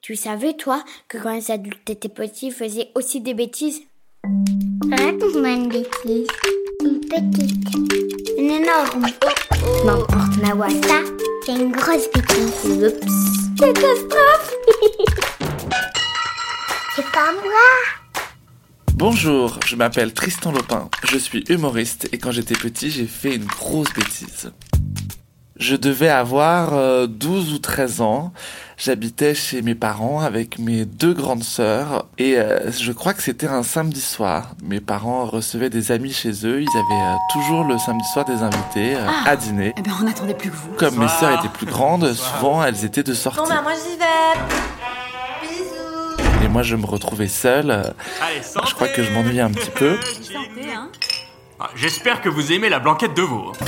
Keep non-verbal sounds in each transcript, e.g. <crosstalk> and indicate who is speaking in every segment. Speaker 1: Tu savais, toi, que quand les adultes étaient petits, ils faisaient aussi des bêtises
Speaker 2: Raconte-moi une bêtise.
Speaker 1: Une petite.
Speaker 2: Une énorme.
Speaker 1: N'importe, Mawa.
Speaker 2: Ça, c'est une grosse bêtise.
Speaker 1: Oups. <laughs>
Speaker 2: Catastrophe C'est pas moi
Speaker 3: Bonjour, je m'appelle Tristan Lopin. Je suis humoriste et quand j'étais petit, j'ai fait une grosse bêtise. Je devais avoir euh, 12 ou 13 ans. J'habitais chez mes parents avec mes deux grandes sœurs et euh, je crois que c'était un samedi soir. Mes parents recevaient des amis chez eux. Ils avaient euh, toujours le samedi soir des invités euh, à dîner.
Speaker 4: Eh ben, on n'attendait plus que vous.
Speaker 3: Comme mes sœurs étaient plus grandes, souvent elles étaient de sortie.
Speaker 5: Bon bah moi j'y vais. Bisous.
Speaker 3: Et moi je me retrouvais seul. euh,
Speaker 6: Allez, santé
Speaker 3: Je crois que je m'ennuie un petit peu.
Speaker 4: Santé, hein.
Speaker 6: Ah, J'espère que vous aimez la blanquette de veau. hein.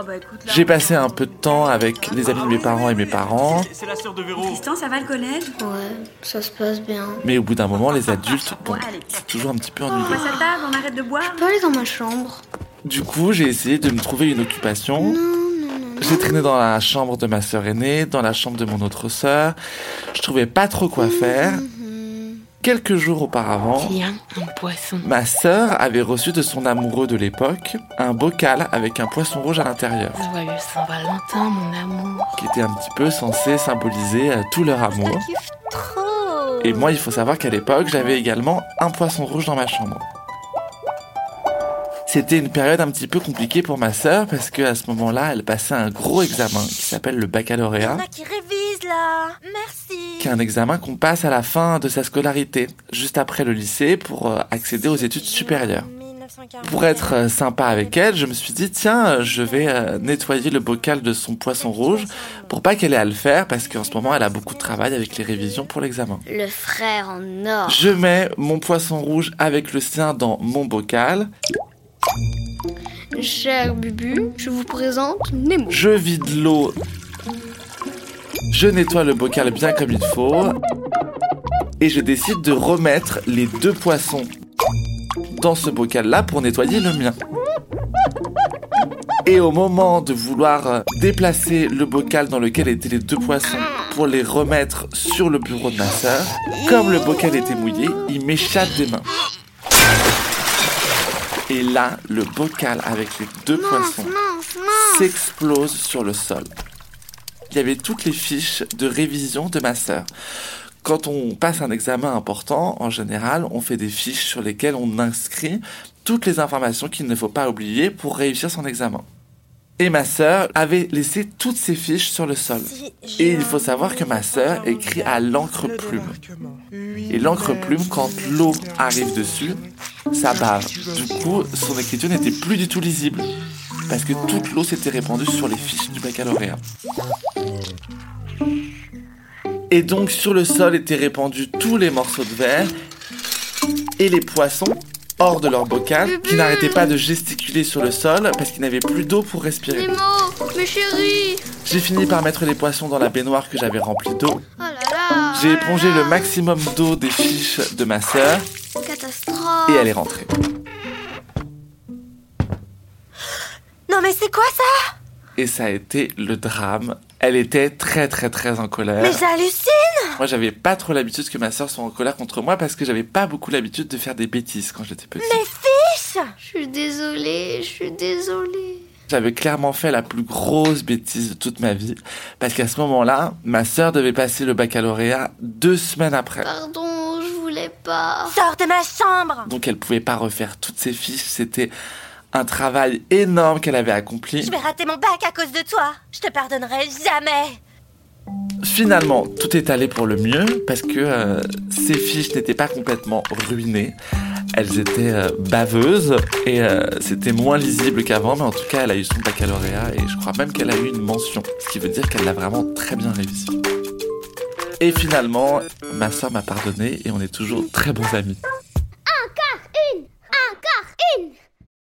Speaker 5: Oh bah écoute là.
Speaker 3: J'ai passé un peu de temps avec les amis de mes parents et mes parents.
Speaker 6: C'est- C'est la sœur de Véro.
Speaker 4: Tristan, ça va le collège
Speaker 2: Ouais, ça se passe bien.
Speaker 3: Mais au bout d'un moment, les adultes, bon,
Speaker 4: Bon, allez.
Speaker 3: c'est toujours un petit peu
Speaker 4: On
Speaker 3: ennuyeux.
Speaker 4: passe à table, on arrête de boire.
Speaker 2: Je peux aller dans ma chambre
Speaker 3: Du coup, j'ai essayé de me trouver une occupation. J'ai traîné dans la chambre de ma sœur aînée, dans la chambre de mon autre sœur. Je trouvais pas trop quoi
Speaker 7: Mhm.
Speaker 3: faire. Quelques jours auparavant,
Speaker 7: Il y a un poisson.
Speaker 3: ma sœur avait reçu de son amoureux de l'époque un bocal avec un poisson rouge à l'intérieur,
Speaker 7: Joyeux Saint-Valentin, mon amour.
Speaker 3: qui était un petit peu censé symboliser euh, tout leur amour.
Speaker 7: kiffe trop.
Speaker 3: Et moi, il faut savoir qu'à l'époque, j'avais également un poisson rouge dans ma chambre. C'était une période un petit peu compliquée pour ma sœur parce que à ce moment-là, elle passait un gros examen qui s'appelle le baccalauréat,
Speaker 5: On a qui révise là. Merci.
Speaker 3: qui est un examen qu'on passe à la fin de sa scolarité, juste après le lycée pour euh, accéder aux études supérieures.
Speaker 5: 1940.
Speaker 3: Pour être euh, sympa avec elle, je me suis dit tiens, euh, je vais euh, nettoyer le bocal de son poisson rouge pour pas qu'elle ait à le faire parce qu'en ce moment, elle a beaucoup de travail avec les révisions pour l'examen.
Speaker 1: Le frère en or.
Speaker 3: Je mets mon poisson rouge avec le sien dans mon bocal.
Speaker 2: Cher Bubu, je vous présente Nemo.
Speaker 3: Je vide l'eau. Je nettoie le bocal bien comme il faut. Et je décide de remettre les deux poissons dans ce bocal-là pour nettoyer le mien. Et au moment de vouloir euh, déplacer le bocal dans lequel étaient les deux poissons pour les remettre sur le bureau de ma sœur, comme le bocal était mouillé, il m'échappe des mains. Et là, le bocal avec les deux poissons s'explose sur le sol. Il y avait toutes les fiches de révision de ma sœur. Quand on passe un examen important, en général, on fait des fiches sur lesquelles on inscrit toutes les informations qu'il ne faut pas oublier pour réussir son examen. Et ma sœur avait laissé toutes ses fiches sur le sol. Et il faut savoir que ma sœur écrit à l'encre plume. Et l'encre plume, quand l'eau arrive dessus, ça bave. Du coup, son écriture n'était plus du tout lisible. Parce que toute l'eau s'était répandue sur les fiches du baccalauréat. Et donc, sur le sol étaient répandus tous les morceaux de verre et les poissons hors de leur bocal qui n'arrêtaient pas de gesticuler sur le sol parce qu'ils n'avaient plus d'eau pour respirer.
Speaker 2: Nemo, mes chéris
Speaker 3: J'ai fini par mettre les poissons dans la baignoire que j'avais remplie d'eau.
Speaker 2: Oh là là
Speaker 3: J'ai épongé le maximum d'eau des fiches de ma sœur
Speaker 2: Catastrophe
Speaker 3: et elle est rentrée.
Speaker 5: Non mais c'est quoi ça
Speaker 3: Et ça a été le drame. Elle était très très très en colère.
Speaker 5: Mais j'hallucine.
Speaker 3: Moi j'avais pas trop l'habitude que ma sœur soit en colère contre moi parce que j'avais pas beaucoup l'habitude de faire des bêtises quand j'étais petit.
Speaker 5: Mais fiche.
Speaker 2: Je suis désolée, je suis désolée.
Speaker 3: J'avais clairement fait la plus grosse bêtise de toute ma vie parce qu'à ce moment-là, ma sœur devait passer le baccalauréat deux semaines après.
Speaker 2: Pardon, je voulais
Speaker 3: Oh.
Speaker 2: pas.
Speaker 5: Sors de ma chambre.
Speaker 3: Donc elle pouvait pas refaire toutes ses fiches. C'était un travail énorme qu'elle avait accompli.
Speaker 5: Je vais rater mon bac à cause de toi. Je te pardonnerai jamais.
Speaker 3: Finalement, tout est allé pour le mieux parce que euh, ces fiches n'étaient pas complètement ruinées. Elles étaient euh, baveuses et euh, c'était moins lisible qu'avant, mais en tout cas, elle a eu son baccalauréat et je crois même qu'elle a eu une mention, ce qui veut dire qu'elle l'a vraiment très bien révisé. Et finalement, ma soeur m'a pardonné et on est toujours très bons amis.